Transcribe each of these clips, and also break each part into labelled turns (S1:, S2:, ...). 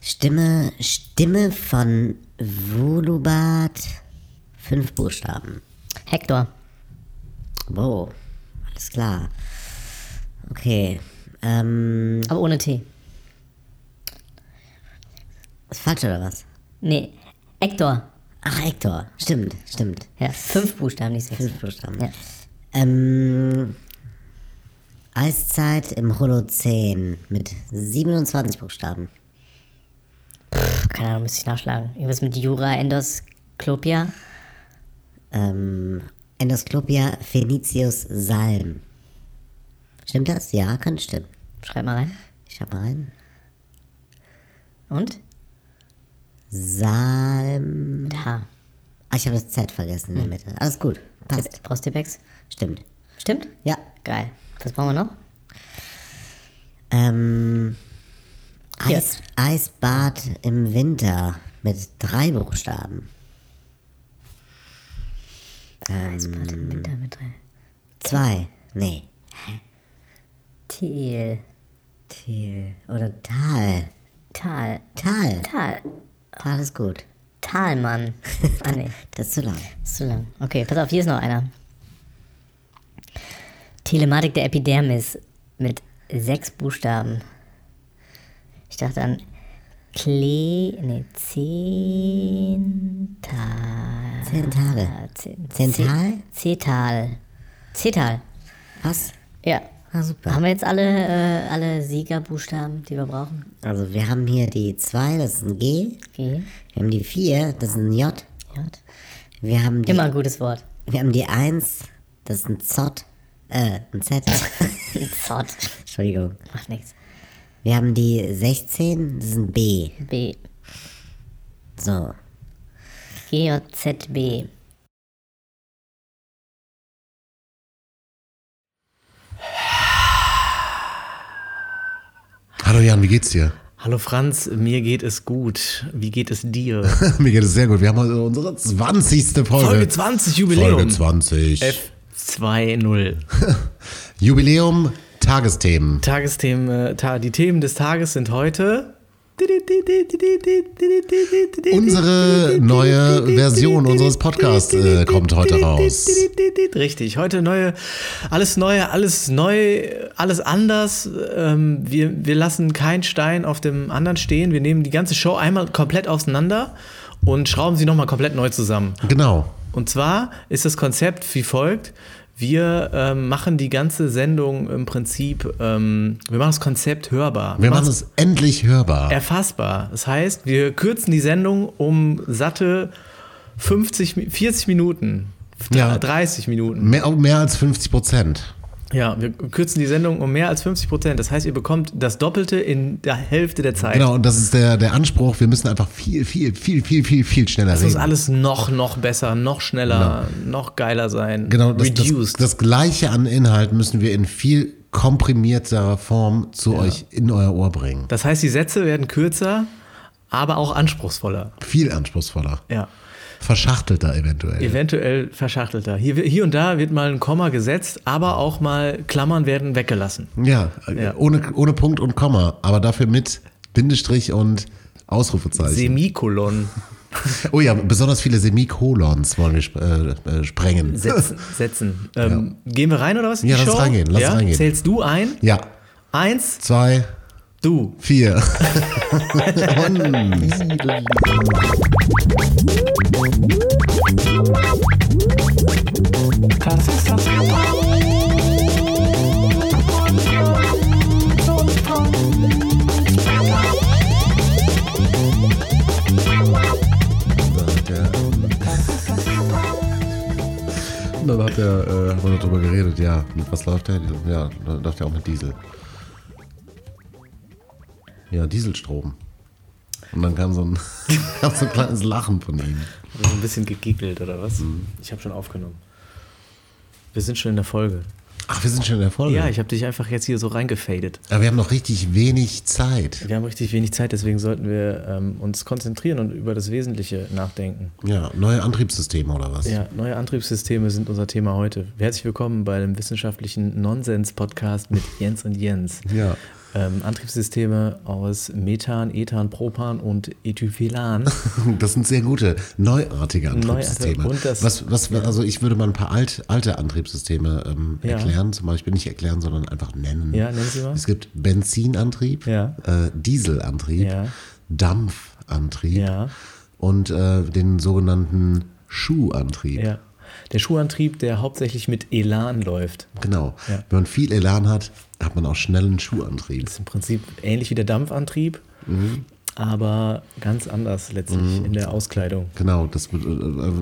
S1: Stimme, Stimme von Wulubat. Fünf Buchstaben.
S2: Hector.
S1: Wow, alles klar. Okay. Ähm,
S2: Aber ohne T.
S1: ist falsch oder was?
S2: Nee. Hector.
S1: Ach, Hector. Stimmt, stimmt.
S2: Ja, fünf Buchstaben, nicht sechs.
S1: Fünf Buchstaben.
S2: Ja.
S1: Ähm, Eiszeit im Holozän mit 27 Buchstaben.
S2: Puh, keine Ahnung, müsste ich nachschlagen. Irgendwas mit Jura, Endos, Klopia.
S1: Ähm, Endoscopia Phoenicius Salm. Stimmt das? Ja, kann stimmen.
S2: Schreib mal rein.
S1: Ich schau mal rein.
S2: Und?
S1: Salm.
S2: Mit H.
S1: Ah, ich habe das Z vergessen
S2: Hm.
S1: in der Mitte. Alles gut. Passt.
S2: Prostipex.
S1: Stimmt.
S2: Stimmt?
S1: Ja.
S2: Geil. Was brauchen wir noch?
S1: Ähm,
S2: Ja.
S1: Eis, Eisbad im Winter mit drei Buchstaben.
S2: Eisbad im Winter mit drei.
S1: Ähm, Zwei. Nee.
S2: Thiel.
S1: Thiel. Oder Tal.
S2: Tal.
S1: Tal.
S2: Tal.
S1: Tal ist gut.
S2: Talmann. Ah, nee.
S1: Das ist zu lang.
S2: Ist zu lang. Okay, pass auf, hier ist noch einer. Telematik der Epidermis mit sechs Buchstaben. Ich dachte an Kle... Nee, Zental.
S1: Zehn Tage.
S2: Zen-
S1: Zental?
S2: Zetal. Zetal.
S1: Was?
S2: Ja.
S1: Ah, super.
S2: Haben wir jetzt alle, äh, alle Siegerbuchstaben, die wir brauchen?
S1: Also wir haben hier die 2, das ist ein G.
S2: G.
S1: Wir haben die 4, das ist ein J.
S2: J.
S1: Wir haben die,
S2: Immer ein gutes Wort.
S1: wir haben die 1, das ist ein Zott. Äh, ein Z.
S2: Zott.
S1: Entschuldigung.
S2: Macht nichts.
S1: Wir haben die 16, das ist ein B.
S2: B.
S1: So.
S2: GJZB.
S3: Hallo Jan, wie geht's dir?
S4: Hallo Franz, mir geht es gut. Wie geht es dir?
S3: Mir geht es sehr gut. Wir haben heute unsere 20. Folge.
S4: Folge 20 Jubiläum.
S3: Folge 20.
S4: F2.0.
S3: Jubiläum, Tagesthemen.
S4: Tagesthemen, äh, ta die Themen des Tages sind heute.
S3: Unsere neue Version unseres Podcasts äh, kommt heute raus.
S4: Richtig, heute neue, alles neue, alles neu, alles anders. Ähm, wir, wir lassen keinen Stein auf dem anderen stehen. Wir nehmen die ganze Show einmal komplett auseinander und schrauben sie nochmal komplett neu zusammen.
S3: Genau.
S4: Und zwar ist das Konzept wie folgt. Wir ähm, machen die ganze Sendung im Prinzip, ähm, wir machen das Konzept hörbar.
S3: Wir machen es endlich hörbar.
S4: erfassbar. Das heißt, wir kürzen die Sendung um satte 50, Mi- 40 Minuten,
S3: Ja.
S4: 30 Minuten.
S3: Mehr, mehr als 50 Prozent.
S4: Ja, wir kürzen die Sendung um mehr als 50 Prozent. Das heißt, ihr bekommt das Doppelte in der Hälfte der Zeit.
S3: Genau, und das ist der, der Anspruch. Wir müssen einfach viel, viel, viel, viel, viel, viel schneller
S4: Das
S3: reden.
S4: muss alles noch, noch besser, noch schneller, noch geiler sein.
S3: Genau, das, das,
S4: Reduced.
S3: das Gleiche an Inhalt müssen wir in viel komprimierterer Form zu euch in euer Ohr bringen.
S4: Das heißt, die Sätze werden kürzer, aber auch anspruchsvoller.
S3: Viel anspruchsvoller.
S4: Ja.
S3: Verschachtelter eventuell.
S4: Eventuell verschachtelter. Hier, hier und da wird mal ein Komma gesetzt, aber auch mal Klammern werden weggelassen.
S3: ja, äh,
S4: Ja.
S3: Ohne, ohne Punkt und Komma, aber dafür mit Bindestrich und Ausrufezeichen.
S4: Semikolon
S3: oh ja, besonders viele Semikolons wollen wir sp äh, äh, sprengen.
S4: setzen. setzen. Ähm, Gehen wir rein oder was? in
S3: Ja,
S4: die
S3: lass
S4: Show?
S3: reingehen, lass
S4: ja?
S3: reingehen.
S4: Zählst du ein?
S3: ja,
S4: Eins,
S3: zwei,
S4: du.
S3: vier. Und dann hat er, äh, haben wir noch drüber geredet, ja, mit was läuft der? Ja, dann läuft er auch mit Diesel. Ja, Dieselstrom. Und dann kam so ein, kam so ein kleines Lachen von ihm.
S4: Hab ich ein bisschen gegiggelt oder was?
S3: Mhm.
S4: Ich habe schon aufgenommen. Wir sind schon in der Folge.
S3: Ach, wir sind schon in der Folge.
S4: Ja, ich habe dich einfach jetzt hier so reingefadet.
S3: Aber Ah, wir haben noch richtig wenig Zeit.
S4: Wir haben richtig wenig Zeit, deswegen sollten wir ähm, uns konzentrieren und über das Wesentliche nachdenken.
S3: Ja, neue Antriebssysteme oder was?
S4: Ja, neue Antriebssysteme sind unser Thema heute. Herzlich willkommen bei dem wissenschaftlichen Nonsens-Podcast mit Jens und Jens.
S3: Ja.
S4: ähm, Antriebssysteme aus Methan, Ethan, Propan und Ethyphelan.
S3: Das sind sehr gute, neuartige Antriebssysteme.
S4: und das-
S3: was, was, Also ich würde mal ein paar alt, alte Antriebssysteme ähm,
S4: Ja.
S3: erklären, zum Beispiel nicht erklären, sondern einfach nennen.
S4: Ja, nennen Sie mal.
S3: Es gibt Benzinantrieb,
S4: Ja.
S3: äh, Dieselantrieb,
S4: Ja.
S3: Dampfantrieb
S4: Ja.
S3: und äh, den sogenannten Schuhantrieb.
S4: ja. Der Schuhantrieb, der hauptsächlich mit Elan läuft.
S3: Genau.
S4: Ja.
S3: Wenn man viel Elan hat, hat man auch schnellen Schuhantrieb.
S4: Ist im Prinzip ähnlich wie der Dampfantrieb, aber ganz anders letztlich in der Auskleidung.
S3: Genau, das, äh, äh,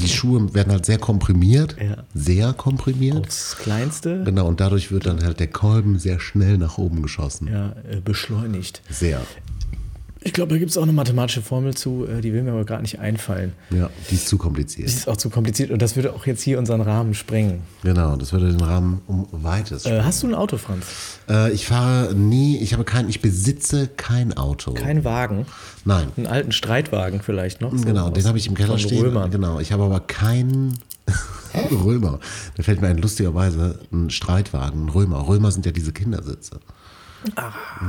S3: die Schuhe werden halt sehr komprimiert,
S4: Ja.
S3: sehr komprimiert.
S4: Das Kleinste,
S3: Genau, und dadurch wird dann halt der Kolben sehr schnell nach oben geschossen.
S4: ja, äh, beschleunigt.
S3: Sehr.
S4: Ich glaube, da gibt es auch eine mathematische Formel zu, äh, die will mir aber gerade nicht einfallen.
S3: Ja, die ist zu
S4: Das
S3: kompliziert.
S4: ist auch zu kompliziert und das würde auch jetzt hier unseren Rahmen sprengen.
S3: Genau, das würde den Rahmen um weites.
S4: Äh,
S3: Äh.
S4: hast du ein Auto, Franz?
S3: ich fahre nie, ich habe kein, ich besitze kein Auto.
S4: Kein Wagen.
S3: Nein,
S4: Einen alten Streitwagen vielleicht noch. so
S3: genau,
S4: aus-
S3: den habe ich im Keller
S4: von
S3: stehen.
S4: Römern.
S3: Genau, ich habe aber keinen Römer. Da fällt mir ein lustigerweise ein Streitwagen, ein Römer. Römer sind ja diese Kindersitze.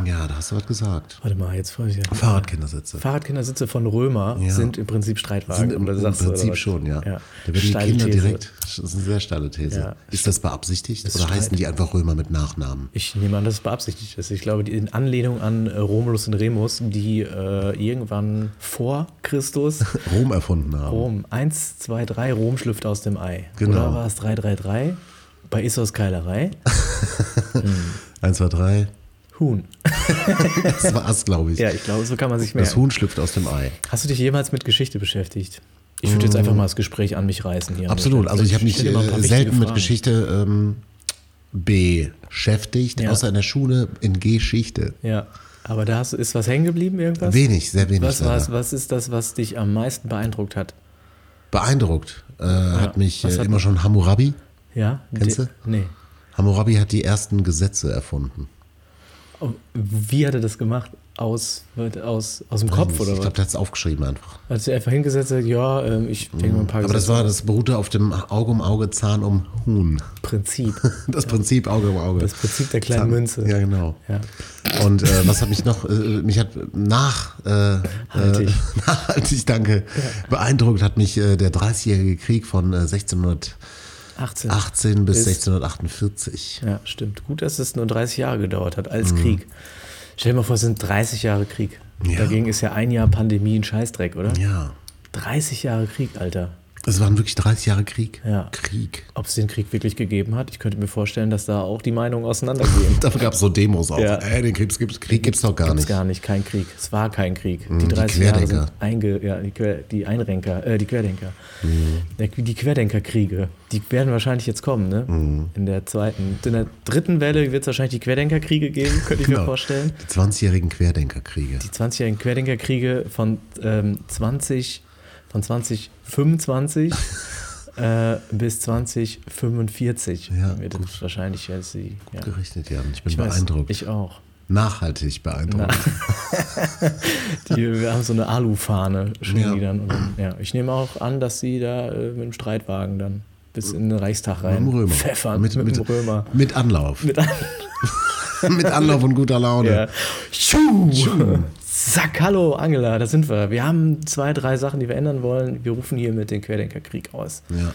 S3: Ja, da hast du was gesagt.
S4: Warte mal, jetzt frage ich ja.
S3: Fahrradkindersitze.
S4: Fahrradkindersitze von Römer
S3: Ja.
S4: sind im Prinzip Streitwagen.
S3: sind im,
S4: oder
S3: im
S4: sagst du, oder
S3: Prinzip
S4: was?
S3: schon, ja.
S4: ja.
S3: Da werden die
S4: Steile
S3: Kinder
S4: These.
S3: direkt. Das ist eine sehr steile These.
S4: Ja.
S3: Ist das beabsichtigt
S4: Ist
S3: oder
S4: Streit.
S3: heißen die einfach Römer mit Nachnamen?
S4: Ich nehme an, dass es beabsichtigt ist. Ich glaube, die, in Anlehnung an äh, Romulus und Remus, die äh, irgendwann vor Christus
S3: Rom erfunden haben.
S4: Rom, 1, 2, 3, Rom schlüpft aus dem Ei.
S3: Genau.
S4: Oder war es 333 bei Issos Keilerei?
S3: Eins, zwei, drei.
S4: Huhn.
S3: Das war's, glaube ich.
S4: Ja, ich glaube, so kann man sich merken.
S3: das Huhn schlüpft aus dem Ei.
S4: Hast du dich jemals mit Geschichte beschäftigt? Ich würde jetzt einfach mal das Gespräch an mich reißen hier.
S3: Mm. Absolut. Also ich habe mich
S4: Stell dir mal ein paar
S3: äh,
S4: wichtige
S3: selten mit
S4: Fragen.
S3: Geschichte ähm, beschäftigt,
S4: Ja.
S3: außer in der Schule in Geschichte.
S4: Ja, aber da hast, du- ist was hängen geblieben irgendwas?
S3: Wenig, sehr wenig.
S4: Was, was,
S3: leider.
S4: was ist das, was dich am meisten beeindruckt hat?
S3: Beeindruckt äh, hat mich
S4: Was
S3: äh,
S4: hat-
S3: immer schon Hammurabi.
S4: Ja?
S3: Kennst
S4: De- Nee.
S3: Hammurabi hat die ersten Gesetze erfunden.
S4: Oh, Wie hat er das gemacht? Aus, aus, aus dem Kopf oder
S3: ich
S4: was?
S3: glaube, der hat es aufgeschrieben einfach.
S4: Hat sich einfach hingesetzt und gesagt, ja, ähm, ich denke mal ein paar
S3: Aber das war, das beruhte auf dem Auge um Auge, Zahn um Huhn.
S4: Prinzip.
S3: Das Prinzip Auge um Auge.
S4: Das Prinzip der kleinen
S3: Zahn-
S4: Münze.
S3: Ja, genau.
S4: Ja.
S3: Und äh, was hat mich noch, äh, mich hat nach, äh,
S4: Haltig.
S3: äh, nachhaltig, danke, beeindruckt hat mich äh, der 30-jährige Krieg von äh, 1618
S4: 18.
S3: bis,
S4: Bis-
S3: 1648.
S4: Ja, stimmt. Gut, dass es nur 30 Jahre gedauert hat
S3: Mhm.
S4: als Krieg. Stell dir mal vor, es sind 30 Jahre Krieg.
S3: Ja.
S4: Dagegen ist ja ein Jahr Pandemie ein Scheißdreck, oder?
S3: Ja,
S4: 30 Jahre Krieg, Alter.
S3: es waren wirklich 30 Jahre Krieg.
S4: Ja.
S3: Krieg.
S4: Ob es den Krieg wirklich gegeben hat? Ich könnte mir vorstellen, dass da auch die Meinungen auseinandergehen.
S3: Dafür gab es so Demos auch.
S4: Ja.
S3: Ey, den Krieg gibt's, Krieg gibt's doch gar
S4: Gibt's
S3: nicht. Mhm,
S4: gar nicht, kein Krieg. Es war kein Krieg. Die
S3: die
S4: 30 Jahre sind
S3: Querdenker.
S4: einge, ja, die, Quer, die Einrenker, äh, die Querdenker.
S3: Mhm.
S4: Der- Die Querdenkerkriege, die werden wahrscheinlich jetzt kommen, ne?
S3: Mhm.
S4: In der zweiten, in der dritten Welle wird es wahrscheinlich die Querdenkerkriege geben, könnte ich mir
S3: Genau.
S4: vorstellen.
S3: Die 20-jährigen Querdenkerkriege.
S4: die 20-jährigen Querdenkerkriege von ähm, 20 von 2025 äh, bis 2045
S3: Ja,
S4: wird es wahrscheinlich jetzt die, ja.
S3: Gerichtet, Jan. Ich bin
S4: Ich weiß,
S3: beeindruckt.
S4: Ich auch.
S3: Nachhaltig beeindruckt.
S4: Die wir haben so eine Alufahne, schwingen
S3: Ja.
S4: die dann. Und dann ja. Ich nehme auch an, dass sie da äh, mit dem Streitwagen dann bis in den Reichstag rein
S3: Äh, Mit dem Römer.
S4: pfeffern.
S3: Mit-
S4: Mit,
S3: mit-
S4: dem Römer.
S3: Mit Anlauf.
S4: Mit einem,
S3: Mit Anlauf und guter
S4: ja.
S3: Laune.
S4: Schuh. Zack, hallo Angela, da sind wir. Wir haben zwei, drei Sachen, die wir ändern wollen. Wir rufen hier mit den Querdenkerkrieg aus.
S3: Ja.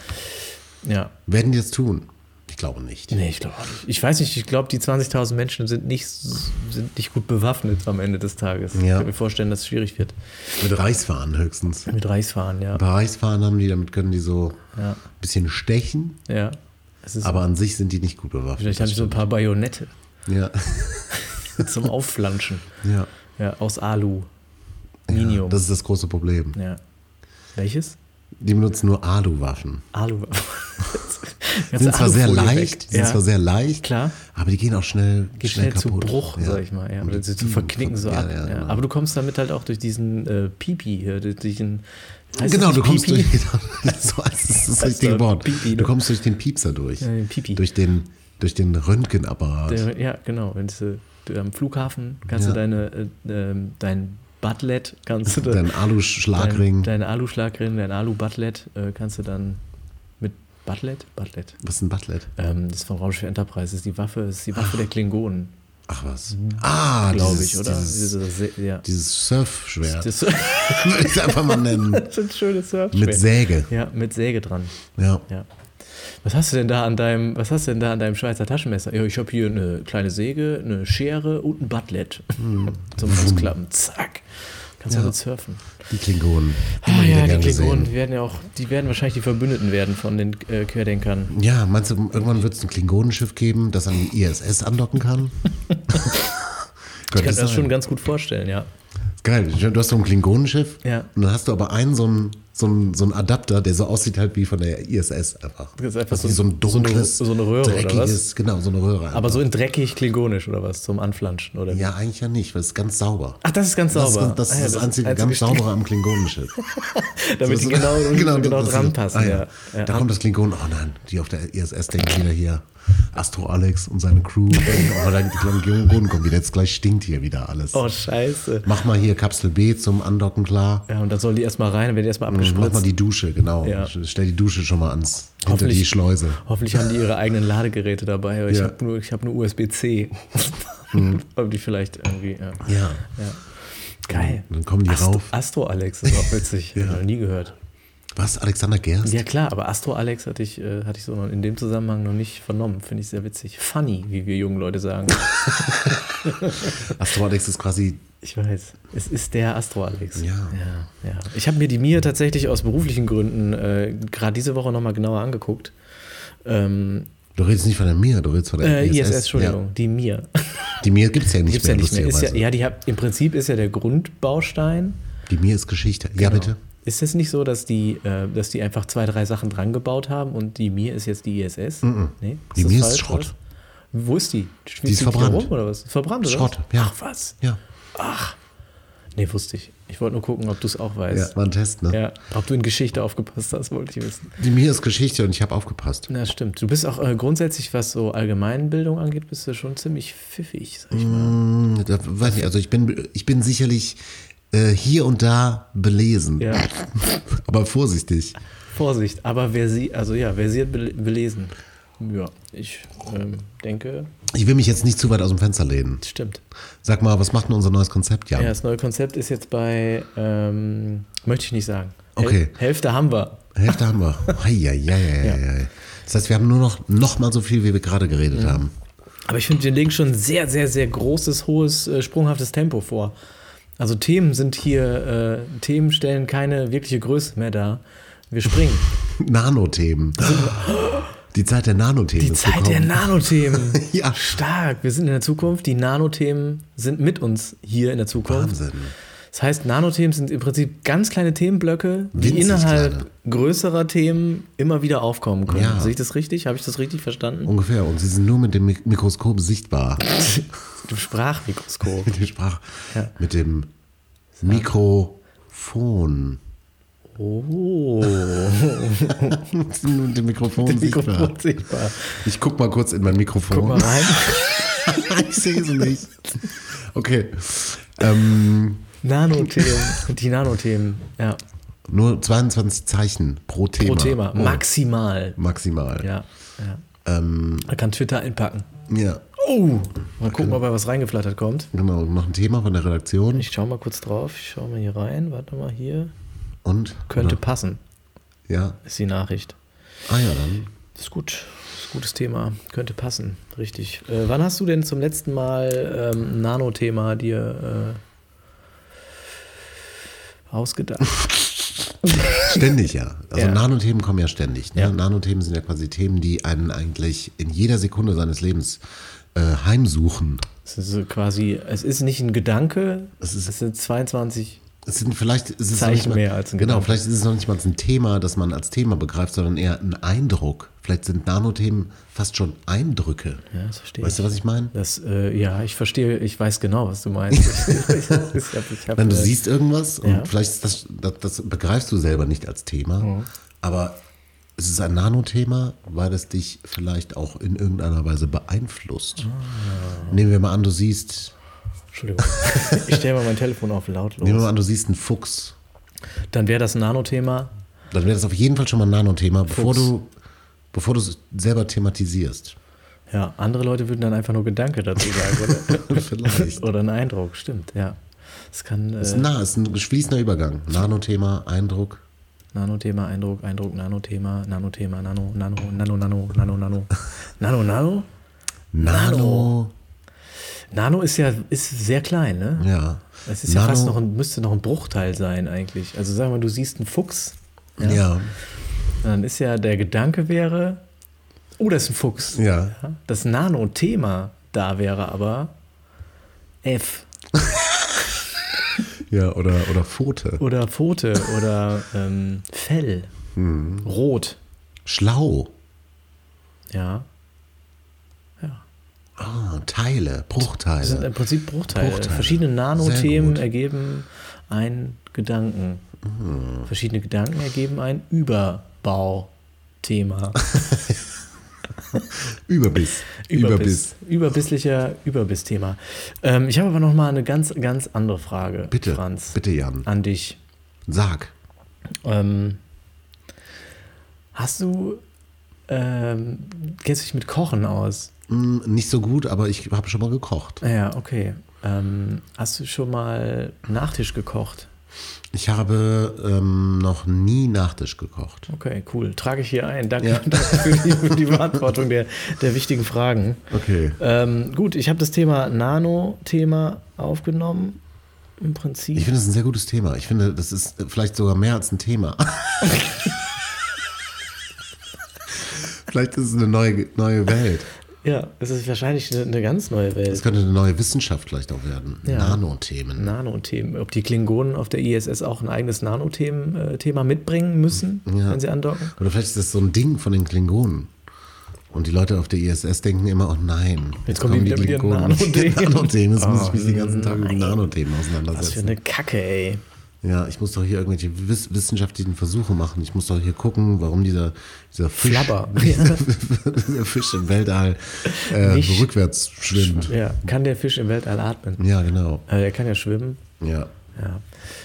S4: Ja.
S3: Werden die jetzt tun? Ich glaube nicht.
S4: Nee, ich glaube auch nicht. Ich weiß nicht, ich glaube, die 20.000 Menschen sind nicht, sind nicht gut bewaffnet am Ende des Tages. Ich
S3: Ja.
S4: kann mir vorstellen, dass es schwierig wird.
S3: Mit Reichsfahren höchstens.
S4: Mit Reichsfahren, ja.
S3: Bei Reichsfahren haben die, damit können die so
S4: Ja.
S3: ein bisschen stechen,
S4: ja. Es ist,
S3: aber an sich sind die nicht gut bewaffnet.
S4: vielleicht haben sie so ein paar Bajonette
S3: ja.
S4: zum Aufflanschen.
S3: ja.
S4: Ja, aus Alu. Minium.
S3: Das ist das große Problem.
S4: ja. Welches?
S3: Die benutzen nur Aluwaffen.
S4: Alu.
S3: Die sind zwar sehr leicht, die
S4: Ja.
S3: sind zwar sehr leicht,
S4: Klar.
S3: aber die gehen auch schnell,
S4: Geht schnell zu
S3: kaputt.
S4: Bruch,
S3: Ja.
S4: sag ich mal. Ja.
S3: Und
S4: Oder
S3: die
S4: sie zu
S3: Dieben
S4: verknicken so
S3: von-
S4: ab.
S3: Ja, ja,
S4: ja.
S3: genau.
S4: Aber du kommst damit halt auch durch diesen äh, Pipi hier, durch diesen. heißt
S3: Genau,
S4: das
S3: du
S4: nicht
S3: kommst
S4: Pipi?
S3: durch genau, so heißt es, das, ist das richtige
S4: doch
S3: Wort.
S4: Pipi,
S3: du
S4: ne?
S3: kommst durch den Piepser durch.
S4: Ja, den Pipi.
S3: Durch den, durch den Röntgenapparat.
S4: Der, ja, genau. Wenn du du am Flughafen kannst
S3: Ja.
S4: du deine, äh, ähm, dein Buttlet, kannst du da-
S3: Dein Aluschlagring.
S4: Dein, deine Aluschlagring, dein Alu-Buttlet äh, kannst du dann mit Buttlet? Buttlet.
S3: Was ist ein Butlet?
S4: Ähm, das ist von Raumschiff Enterprise. Das ist die Waffe, das ist die Waffe der Klingonen.
S3: Ach was. Ah,
S4: glaube
S3: dieses-
S4: ich, oder?
S3: Dieses,
S4: Dieses- ja.
S3: dieses Surfschwert.
S4: Das-
S3: Würde ich es einfach mal nennen.
S4: das ist ein schönes Surfschwert.
S3: Mit Säge.
S4: Ja, mit Säge dran.
S3: Ja.
S4: Ja. Was hast du denn da an deinem, was hast du denn da an deinem Schweizer Taschenmesser? Ja, ich habe hier eine kleine Säge, eine Schere und ein Butlet.
S3: Hm.
S4: Zum Ausklappen. Zack. Kannst du damit surfen.
S3: Die Klingonen.
S4: Ah,
S3: Immer wieder
S4: ja, die
S3: gern
S4: Klingonen,
S3: gesehen.
S4: die werden ja auch, die werden wahrscheinlich die Verbündeten werden von den äh, Querdenkern.
S3: Ja, meinst du, irgendwann wird es ein Klingonenschiff geben, das an die ISS andocken kann?
S4: Ich kann mir das
S3: sein.
S4: schon ganz gut vorstellen, ja.
S3: Geil, du hast so ein Klingonenschiff
S4: Ja.
S3: und dann hast du aber einen so einen, so einen, so einen Adapter, der so aussieht halt wie von der ISS einfach.
S4: Das ist einfach
S3: Das
S4: so
S3: ist so ein
S4: ein- so eine-
S3: dunkles,
S4: so eine Röhre oder was?
S3: dreckiges, genau, so eine Röhre.
S4: Aber so in dreckig klingonisch oder was zum Anflanschen oder wie?
S3: ja, eigentlich ja nicht, weil es ist ganz sauber.
S4: Ach, das ist ganz
S3: Das,
S4: sauber.
S3: ist- das
S4: Ah
S3: ist
S4: ja,
S3: das, einzige, ganz
S4: Stück,
S3: saubere am Klingonenschiff.
S4: Damit die
S3: So-
S4: genau, genau, genau
S3: das ist-
S4: dran passen.
S3: ah,
S4: ja. Ja.
S3: Da kommt das Klingonen, oh nein, die auf der ISS denken wieder hier, Astro Alex und seine Crew, denken, oh, dann die Klingonen kommen wieder, jetzt gleich stinkt hier wieder alles.
S4: Oh, scheiße.
S3: Mach mal hier Kapsel B zum Andocken klar.
S4: Ja, und dann sollen die erstmal rein, dann werden die erstmal
S3: Hm, Mach mal
S4: abgespritzt.
S3: die Dusche, genau.
S4: Ja.
S3: Stell die Dusche schon mal ans, hinter
S4: Hoffentlich-
S3: die Schleuse.
S4: Hoffentlich haben die ihre eigenen Ladegeräte dabei. aber Ich
S3: Ja. Mhm.
S4: habe nur, ich hab nur USB-C. Ob die vielleicht irgendwie. Ja.
S3: Ja.
S4: Geil.
S3: Dann kommen die
S4: Astro,
S3: rauf.
S4: Astro Alex ist auch witzig. Hab ich noch nie gehört.
S3: Was, Alexander Gerst?
S4: Ja, klar, aber Astro Alex hatte ich, äh, hatte ich so noch in dem Zusammenhang noch nicht vernommen. Finde ich sehr witzig. Funny, wie wir jungen Leute sagen.
S3: Astro Alex ist quasi,
S4: Ich weiß. Es ist der Astro Alex.
S3: Ja.
S4: ja, ja. Ich habe mir die Mir tatsächlich aus beruflichen Gründen äh, gerade diese Woche nochmal genauer angeguckt. Ähm,
S3: du redest nicht von der Mir, du redest von der
S4: äh, ISS,
S3: ISS.
S4: Entschuldigung, die Mir.
S3: Ja. Die Mir gibt es ja nicht
S4: Gibt's
S3: mehr,
S4: ja nicht mehr. Ist ja,
S3: lustigerweise.
S4: ja, die hab, im Prinzip ist ja der Grundbaustein.
S3: Die Mir ist Geschichte.
S4: Genau.
S3: Ja, bitte?
S4: Ist es nicht so, dass die, äh, dass die einfach zwei, drei Sachen dran gebaut haben und die Mir ist jetzt die ISS? Nee?
S3: Die
S4: das
S3: Mir ist
S4: falsch,
S3: Schrott.
S4: oder was? Wo ist die? Schwimmt
S3: ist
S4: wieder
S3: verbrannt.
S4: Rum, oder was? Verbrannt, oder?
S3: Schrott,
S4: was?
S3: ja.
S4: Ach, was?
S3: Ja.
S4: Nee, wusste ich. Ich wollte nur gucken, ob du es auch
S3: ja.
S4: weißt.
S3: War ein Test, ne?
S4: Ja, ob du in Geschichte aufgepasst hast, wollte ich wissen.
S3: Die Mir ist Geschichte und ich habe aufgepasst.
S4: Na, stimmt. Du bist auch äh, grundsätzlich, was so Allgemeinbildung angeht, bist du schon ziemlich pfiffig, sag ich mal.
S3: Hm, Da, weiß nicht, also ich bin, ich bin sicherlich äh, hier und da belesen.
S4: Ja.
S3: Aber vorsichtig.
S4: Vorsicht, aber wer sie, also ja, versiert bel- belesen. Ja, ich ähm, denke,
S3: Ich will mich jetzt nicht zu weit aus dem Fenster lehnen.
S4: stimmt.
S3: Sag mal, was macht denn unser neues Konzept, Jan?
S4: Ja, das neue Konzept ist jetzt bei, ähm, möchte ich nicht sagen.
S3: Okay.
S4: Hälfte haben wir.
S3: Hälfte haben wir. Eieieiei. Das heißt, wir haben nur noch, noch mal so viel, wie wir gerade geredet haben.
S4: Aber ich finde, wir legen schon sehr, sehr, sehr großes, hohes, äh, sprunghaftes Tempo vor. Also Themen sind hier, äh, Themen stellen keine wirkliche Größe mehr dar. Wir springen.
S3: Nanothemen. Die Zeit der Nanothemen.
S4: Die Zeit der Nanothemen.
S3: Ja.
S4: Stark. Wir sind in der Zukunft. Die Nanothemen sind mit uns hier in der Zukunft.
S3: Wahnsinn.
S4: Das heißt, Nanothemen sind im Prinzip ganz kleine Themenblöcke, die
S3: Winzig
S4: innerhalb
S3: kleine.
S4: größerer Themen immer wieder aufkommen können.
S3: Ja. Oh.
S4: Sehe ich das richtig? Habe ich das richtig verstanden?
S3: Ungefähr. Und sie sind nur mit dem Mik- Mikroskop sichtbar.
S4: Im Sprachmikroskop.
S3: Mit der Sprache. Mit dem Mikrofon.
S4: Oh,
S3: Mit dem Mikrofon sichtbar. Oh.
S4: Mikrofon sichtbar.
S3: Ich guck mal kurz in mein Mikrofon.
S4: Guck mal rein.
S3: ich sehe sie nicht. Okay. Ähm,
S4: Nanothemen. Die Nanothemen. Ja,
S3: nur 22 Zeichen pro Thema.
S4: pro Thema.
S3: Oh,
S4: Maximal.
S3: maximal.
S4: Ja, ja.
S3: Ähm.
S4: Man kann Twitter einpacken.
S3: ja.
S4: Oh, mal gucken, ob er was reingeflattert kommt.
S3: Genau, noch ein Thema von der Redaktion.
S4: Ich schau mal kurz drauf. Ich schau mal hier rein. Warte mal hier.
S3: Und?
S4: Könnte passen,
S3: Ja.
S4: ist die Nachricht.
S3: Ah ja, dann.
S4: Ist gut. Ist gutes Thema. Könnte passen. Richtig. Äh, wann hast du denn zum letzten Mal ähm, ein Nano-Thema dir äh, ausgedacht?
S3: Ständig ja. Also
S4: Ja.
S3: Nanothemen kommen ja ständig. Ne?
S4: Ja.
S3: Nanothemen sind ja quasi Themen, die einen eigentlich in jeder Sekunde seines Lebens äh, heimsuchen.
S4: Es ist so quasi, es ist nicht ein Gedanke, es,
S3: ist-
S4: sind 22.
S3: Es sind vielleicht es ist
S4: Zeichen
S3: noch nicht mal,
S4: mehr als ein
S3: genau.
S4: Gedanke.
S3: Vielleicht ist es noch nicht mal ein Thema, das man als Thema begreift, sondern eher ein Eindruck. Vielleicht sind Nanothemen fast schon Eindrücke.
S4: Ja, das verstehe
S3: Weißt du,
S4: ich.
S3: was ich meine?
S4: Das, äh, ja, ich verstehe, ich weiß genau, was du meinst. ich hab, ich hab,
S3: Wenn du
S4: äh,
S3: siehst irgendwas und
S4: ja. Mhm.
S3: vielleicht ist das, das, das begreifst du selber nicht als Thema, aber es ist ein Nanothema, weil es dich vielleicht auch in irgendeiner Weise beeinflusst.
S4: Ah.
S3: Nehmen wir mal an, du siehst,
S4: Entschuldigung. Ich stelle mal mein Telefon auf lautlos.
S3: nehmen wir mal an, du siehst einen Fuchs.
S4: Dann wäre das ein Nanothema.
S3: Dann wäre das auf jeden Fall schon mal ein Nanothema, bevor du bevor du es selber thematisierst.
S4: Ja, andere Leute würden dann einfach nur Gedanke dazu sagen, oder?
S3: Vielleicht.
S4: oder ein Eindruck, stimmt, ja. Es kann
S3: Ist
S4: äh,
S3: nah, ist ein fließender Übergang. Nanothema, Eindruck.
S4: Nanothema, Eindruck, Eindruck, Nanothema, Nanothema, Nano, Nano, Nano, Nano, Nano, Nano. Nano, Nano?
S3: Nano.
S4: Nano ist ja ist sehr klein, ne?
S3: Ja.
S4: Es ist ja fast noch ein, müsste noch ein Bruchteil sein eigentlich. Also sagen wir, du siehst einen Fuchs,
S3: Ja. ja.
S4: dann ist ja der Gedanke wäre, oh, das ist ein Fuchs. Ja, Das Nano-Thema da wäre aber F
S3: Ja, oder, oder Pfote.
S4: oder Pfote oder ähm, Fell.
S3: Mhm.
S4: Rot.
S3: Schlau.
S4: Ja.
S3: Ah, Teile, Bruchteile.
S4: Das sind im Prinzip Bruchteile.
S3: Bruchteile.
S4: Verschiedene
S3: Sehr
S4: Nanothemen
S3: gut.
S4: ergeben einen Gedanken.
S3: Mhm.
S4: Verschiedene Gedanken ergeben ein Überbauthema.
S3: Überbiss.
S4: Überbiss. Überbisslicher Überbiss-Thema. Ähm, ich habe aber noch mal eine ganz, ganz andere Frage,
S3: Bitte,
S4: Franz,
S3: bitte, Jan.
S4: an dich.
S3: Sag.
S4: Ähm, hast du, ähm, kennst du dich mit Kochen aus?
S3: Hm, nicht so gut, aber ich habe schon mal gekocht.
S4: Ja, okay. Ähm, hast du schon mal Nachtisch gekocht?
S3: Ich habe ähm, noch nie Nachtisch gekocht.
S4: Okay, cool. Trage ich hier ein. Danke,
S3: Ja.
S4: danke für, die, für die Beantwortung der, der wichtigen Fragen.
S3: Okay.
S4: Ähm, gut, ich habe das Thema Nano-Thema aufgenommen. Im Prinzip.
S3: Ich finde das ist ein sehr gutes Thema. Ich finde, das ist vielleicht sogar mehr als ein Thema. vielleicht ist es eine neue, neue Welt.
S4: Ja, es ist wahrscheinlich eine, eine ganz neue
S3: Es
S4: Welt.
S3: könnte eine neue Wissenschaft vielleicht auch werden.
S4: Ja.
S3: Nanothemen.
S4: Nanothemen. Ob die Klingonen auf der ISS auch ein eigenes Nanothema mitbringen müssen,
S3: Ja.
S4: wenn sie andocken?
S3: Oder vielleicht ist das so ein Ding von den Klingonen. Und die Leute auf der ISS denken immer, oh nein,
S4: Jetzt kommen die mit ihren Nanothemen.
S3: Nanothemen. Jetzt muss ich mich
S4: Oh
S3: den ganzen Tag mit Nanothemen
S4: Was für
S3: auseinandersetzen.
S4: eine Kacke, ey.
S3: Ja, ich muss doch hier irgendwelche wiss wissenschaftlichen Versuche machen. Ich muss doch hier gucken, warum dieser, dieser Fisch,
S4: Flabber.
S3: dieser, dieser Fisch im Weltall äh,
S4: Nicht-
S3: rückwärts schwimmt.
S4: Ja, kann der Fisch im Weltall atmen?
S3: Ja, genau.
S4: Äh, der kann ja schwimmen.
S3: Ja.
S4: Ja,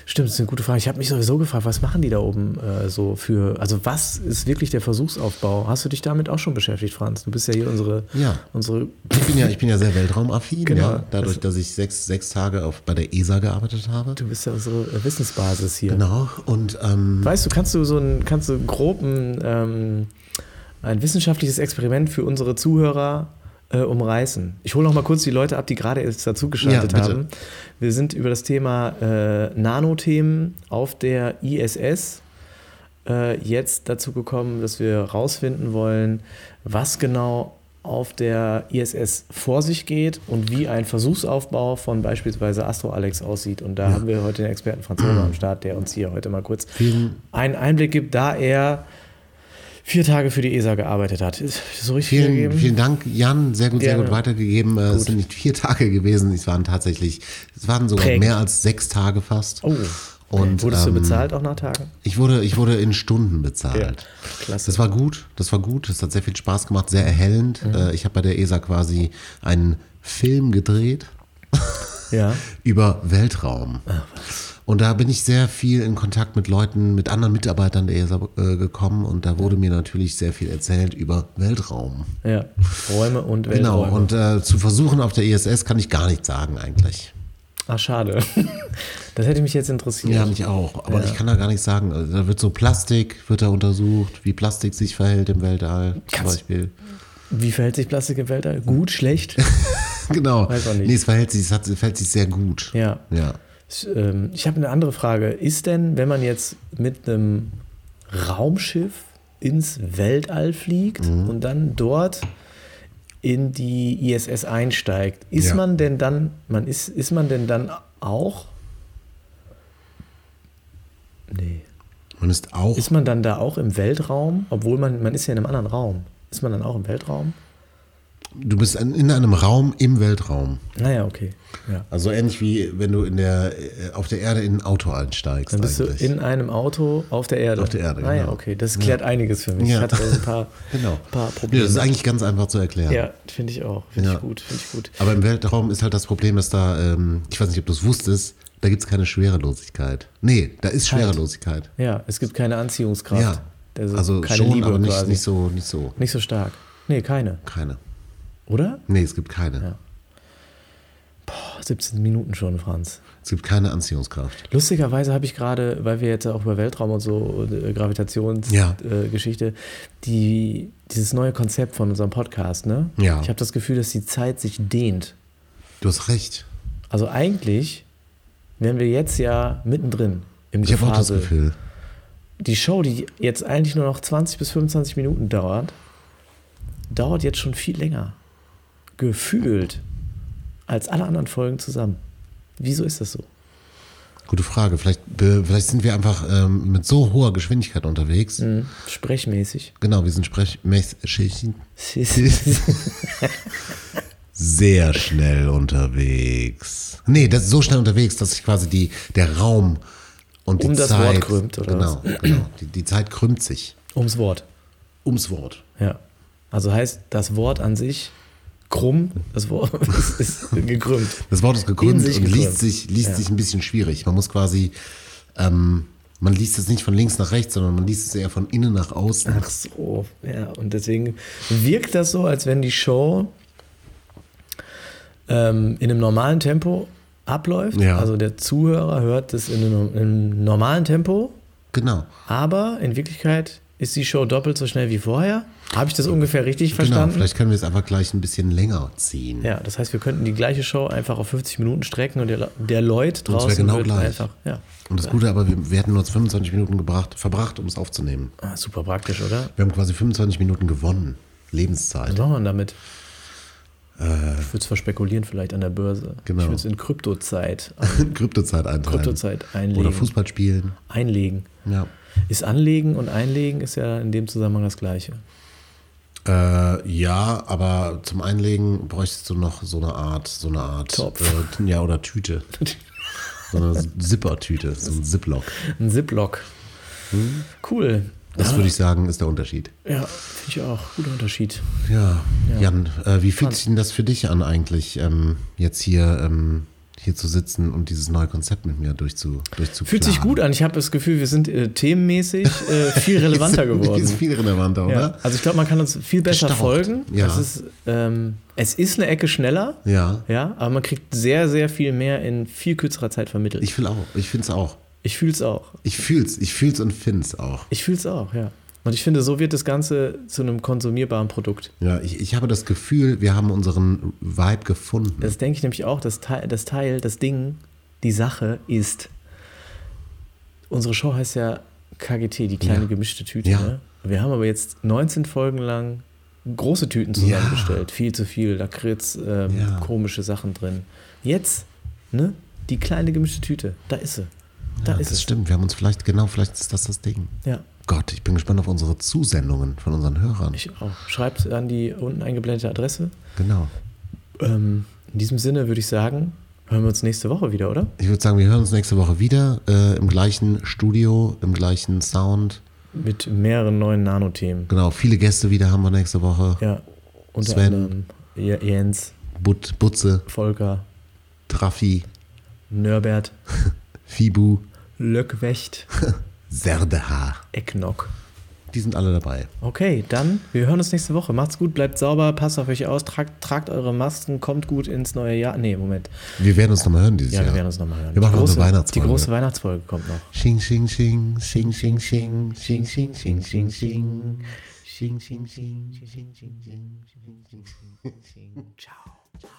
S4: stimmt, das ist eine gute Frage. Ich habe mich sowieso gefragt, was machen die da oben äh, so für, also was ist wirklich der Versuchsaufbau? Hast du dich damit auch schon beschäftigt, Franz? Du bist ja hier unsere,
S3: Ja.
S4: unsere
S3: Ich bin ja, ich bin ja sehr weltraumaffin,
S4: Genau.
S3: ja, dadurch, dass ich sechs, sechs Tage auf, bei der ESA gearbeitet habe.
S4: du bist ja unsere äh, Wissensbasis hier.
S3: Genau. Und ähm,
S4: Weißt du, kannst du so ein, kannst du grob ein, ähm, ein wissenschaftliches Experiment für unsere Zuhörer äh, umreißen? Ich hole noch mal kurz die Leute ab, die gerade erst dazugeschaltet
S3: Ja, bitte.
S4: haben. Wir sind über das Thema äh, Nanothemen auf der ISS äh, jetzt dazu gekommen, dass wir rausfinden wollen, was genau auf der ISS vor sich geht und wie ein Versuchsaufbau von beispielsweise Astro Alex aussieht. Und da haben wir heute den Experten Franz Hohmann am Start, der uns hier heute mal kurz
S3: vielen,
S4: einen Einblick gibt, da er vier Tage für die ESA gearbeitet hat. Ist so richtig
S3: Vielen,
S4: wiedergegeben?
S3: vielen Dank, Jan. Sehr gut, sehr
S4: Gerne.
S3: gut weitergegeben. Äh, Es sind nicht vier Tage gewesen, es waren tatsächlich, es waren sogar
S4: Prägend.
S3: mehr als sechs Tage fast.
S4: Oh.
S3: Und
S4: Wurdest
S3: ähm,
S4: du bezahlt auch nach Tagen?
S3: Ich wurde, ich wurde in Stunden bezahlt.
S4: Ja, klasse.
S3: Das war gut, das war gut. Das hat sehr viel Spaß gemacht, sehr erhellend.
S4: Mhm.
S3: Äh, Ich habe bei der ESA quasi einen Film gedreht
S4: Ja.
S3: über Weltraum.
S4: Ah,
S3: Und da bin ich sehr viel in Kontakt mit Leuten, mit anderen Mitarbeitern der ESA äh, gekommen und da wurde mir natürlich sehr viel erzählt über Weltraum.
S4: ja. Räume und
S3: Genau,
S4: Welträume.
S3: und äh, zu versuchen auf der ISS kann ich gar nichts sagen eigentlich.
S4: Ach, Ah, schade. Das hätte mich jetzt interessiert.
S3: Ja, mich auch, aber ich kann da gar nichts sagen. Also, da wird so Plastik, wird da untersucht, wie Plastik sich verhält im Weltall zum
S4: Kannst-
S3: Beispiel.
S4: Wie verhält sich Plastik im Weltall? Gut, schlecht?
S3: genau.
S4: Weiß auch nicht.
S3: Nee, es verhält sich, es, hat, es verhält sich sehr gut.
S4: Ja.
S3: Ja.
S4: Ich, ähm, ich habe eine andere Frage. Ist denn, wenn man jetzt mit einem Raumschiff ins Weltall fliegt und dann dort in die ISS einsteigt, ist
S3: Ja.
S4: man denn dann, man ist, ist man denn dann auch? Nee.
S3: Man ist auch,
S4: Ist man dann da auch im Weltraum, obwohl man, man ist ja in einem anderen Raum. Ist man dann auch im Weltraum?
S3: du bist an- in einem Raum im Weltraum.
S4: Naja, okay. Ja.
S3: Also ähnlich wie wenn du in der, äh, auf der Erde in ein Auto einsteigst.
S4: Dann bist
S3: eigentlich.
S4: du in einem Auto auf der Erde.
S3: Auf der Erde,
S4: Naja,
S3: genau.
S4: okay. Das klärt einiges für mich.
S3: Ja.
S4: Ich hatte also ein paar,
S3: genau.
S4: ein paar
S3: Nee,
S4: Probleme.
S3: das ist eigentlich ganz einfach zu erklären.
S4: ja, finde ich auch. Finde
S3: Ja.
S4: ich gut, finde ich gut.
S3: Aber im Weltraum ist halt das Problem, dass da, ähm, ich weiß nicht, ob du es wusstest, da gibt es keine Schwerelosigkeit. Nee, da ist Schwerelosigkeit. Also
S4: Ja, es gibt keine Anziehungskraft.
S3: Ja. Also, schon, aber nicht, nicht, so, nicht so.
S4: Nicht so stark. Nee, keine.
S3: Keine.
S4: Oder?
S3: Nee, es gibt keine.
S4: Boah, 17 Minuten schon, Franz.
S3: Es gibt keine Anziehungskraft.
S4: Lustigerweise habe ich gerade, weil wir jetzt auch über Weltraum und so äh,
S3: Ja.
S4: Gravitationsgeschichte, äh, Geschichte, die, dieses neue Konzept von unserem Podcast, ne?
S3: Ja.
S4: Ich habe das Gefühl, dass die Zeit sich dehnt.
S3: Du hast recht.
S4: Also eigentlich wären wir jetzt ja mittendrin im
S3: Ich habe auch das
S4: Gefasel.
S3: Gefühl.
S4: Die Show, die jetzt eigentlich nur noch 20 bis 25 Minuten dauert, dauert jetzt schon viel länger. Gefühlt als alle anderen Folgen zusammen. Wieso ist das so?
S3: Gute Frage. Vielleicht, be- vielleicht sind wir einfach ähm, mit so hoher Geschwindigkeit unterwegs.
S4: Hm. Sprechmäßig.
S3: Genau, wir sind sprechmäßig sehr schnell unterwegs. Nee, das ist so schnell unterwegs, dass sich quasi die, der Raum und die
S4: Um das
S3: Zeit.
S4: Wort krümmt, oder
S3: genau, genau. Die, die Zeit krümmt sich.
S4: Ums Wort.
S3: Ums Wort.
S4: Ja. Also heißt das Wort an sich krumm, das Wort ist, ist gekrümmt.
S3: Das Wort ist gekrümmt
S4: In
S3: und
S4: sich gekrümmt.
S3: liest, sich, liest sich ein bisschen schwierig. Man muss quasi, ähm, man liest es nicht von links nach rechts, sondern man liest es eher von innen nach außen.
S4: Ach so, ja. Und deswegen wirkt das so, als wenn die Show ähm, in einem normalen Tempo abläuft.
S3: Ja.
S4: Also der Zuhörer hört das in einem, in einem normalen Tempo,
S3: Genau.
S4: aber in Wirklichkeit ist die Show doppelt so schnell wie vorher. Habe ich das ungefähr richtig
S3: Genau,
S4: verstanden?
S3: vielleicht können wir es einfach gleich ein bisschen länger ziehen.
S4: ja, das heißt, wir könnten die gleiche Show einfach auf 50 Minuten strecken und der, der Leut
S3: wär
S4: draußen
S3: genau
S4: wird
S3: gleich.
S4: einfach. Ja.
S3: Und das Gute aber, wir, wir hätten nur 25 Minuten gebracht, verbracht, um es aufzunehmen.
S4: Ah, super praktisch, oder?
S3: Wir haben quasi 25 Minuten gewonnen. Lebenszeit.
S4: Was machen wir denn damit? ich würde es verspekulieren, vielleicht an der Börse.
S3: Äh. Genau.
S4: Ich würde es in Kryptozeit,
S3: Kryptozeit eintreiben.
S4: Kryptozeit
S3: Oder
S4: einlegen.
S3: Fußball spielen.
S4: einlegen.
S3: Ja.
S4: Ist Anlegen und Einlegen ist ja in dem Zusammenhang das Gleiche.
S3: Äh, ja, aber zum Einlegen bräuchtest du noch so eine Art, so eine Art,
S4: Topf.
S3: Äh, ja oder Tüte, so eine Zippertüte, so ein Ziplock.
S4: Ein Ziplock.
S3: Hm?
S4: Cool.
S3: Das würde ich sagen, ist der Unterschied.
S4: Ja, finde ich auch. Guter Unterschied.
S3: Ja, Jan, äh, wie fühlt sich denn das für dich an eigentlich, ähm, jetzt hier, ähm, hier zu sitzen und dieses neue Konzept mit mir durchzu, durchzuplanen?
S4: Fühlt sich gut an. Ich habe das Gefühl, wir sind äh, themenmäßig äh, viel relevanter
S3: Ist
S4: geworden.
S3: viel relevanter,
S4: Ja.
S3: oder?
S4: Also ich glaube, man kann uns viel besser
S3: Gestaucht.
S4: folgen.
S3: Ja.
S4: Es, ist, ähm, es ist eine Ecke schneller,
S3: Ja.
S4: ja, aber man kriegt sehr, sehr viel mehr in viel kürzerer Zeit vermittelt.
S3: Ich will auch, ich find's auch.
S4: Ich fühle es auch.
S3: Ich fühl's, ich fühl's und find's auch.
S4: Ich fühle es auch, ja. Und ich finde, so wird das Ganze zu einem konsumierbaren Produkt.
S3: Ja, ich, ich habe das Gefühl, wir haben unseren Vibe gefunden.
S4: Das denke ich nämlich auch, das Teil, das Teil, das Ding, die Sache ist. Unsere Show heißt ja KGT, die kleine
S3: Ja.
S4: gemischte Tüte.
S3: Ja.
S4: Ne? Wir haben aber jetzt 19 Folgen lang große Tüten zusammengestellt. Viel zu viel Lakritz, ähm,
S3: Ja.
S4: komische Sachen drin. Jetzt, ne? Die kleine gemischte Tüte, da ist sie. Da
S3: ja,
S4: ist
S3: das
S4: es.
S3: stimmt, wir haben uns vielleicht, genau, vielleicht ist das das Ding.
S4: Ja,
S3: Gott, ich bin gespannt auf unsere Zusendungen von unseren Hörern.
S4: ich auch. Schreibt an die unten eingeblendete Adresse.
S3: genau.
S4: Ähm, in diesem Sinne würde ich sagen, hören wir uns nächste Woche wieder, oder?
S3: Ich würde sagen, wir hören uns nächste Woche wieder äh, im gleichen Studio, im gleichen Sound.
S4: Mit mehreren neuen Nanothemen.
S3: Genau, viele Gäste wieder haben wir nächste Woche.
S4: Ja, unter
S3: Sven.
S4: anderem J- Jens,
S3: But, Butze,
S4: Volker,
S3: Traffi,
S4: Nörbert,
S3: Fibu,
S4: Löckwecht,
S3: Serdehaar.
S4: Ecknock.
S3: Die sind alle dabei.
S4: Okay, dann, wir hören uns nächste Woche. Macht's gut, bleibt sauber, passt auf euch aus, tragt, tragt eure Masken, kommt gut ins neue Jahr. Nee, Moment.
S3: Wir werden uns nochmal hören dieses
S4: Ja,
S3: Jahr.
S4: wir werden uns nochmal hören.
S3: Wir machen
S4: die,
S3: noch eine
S4: große,
S3: Weihnachtsfolge.
S4: die große Weihnachtsfolge kommt noch.
S3: Xing, xing, xing, xing, xing, xing, xing, xing, xing, xing, xing. Xing, xing, xing, xing, xing, xing, xing, xing, xing, xing, xing.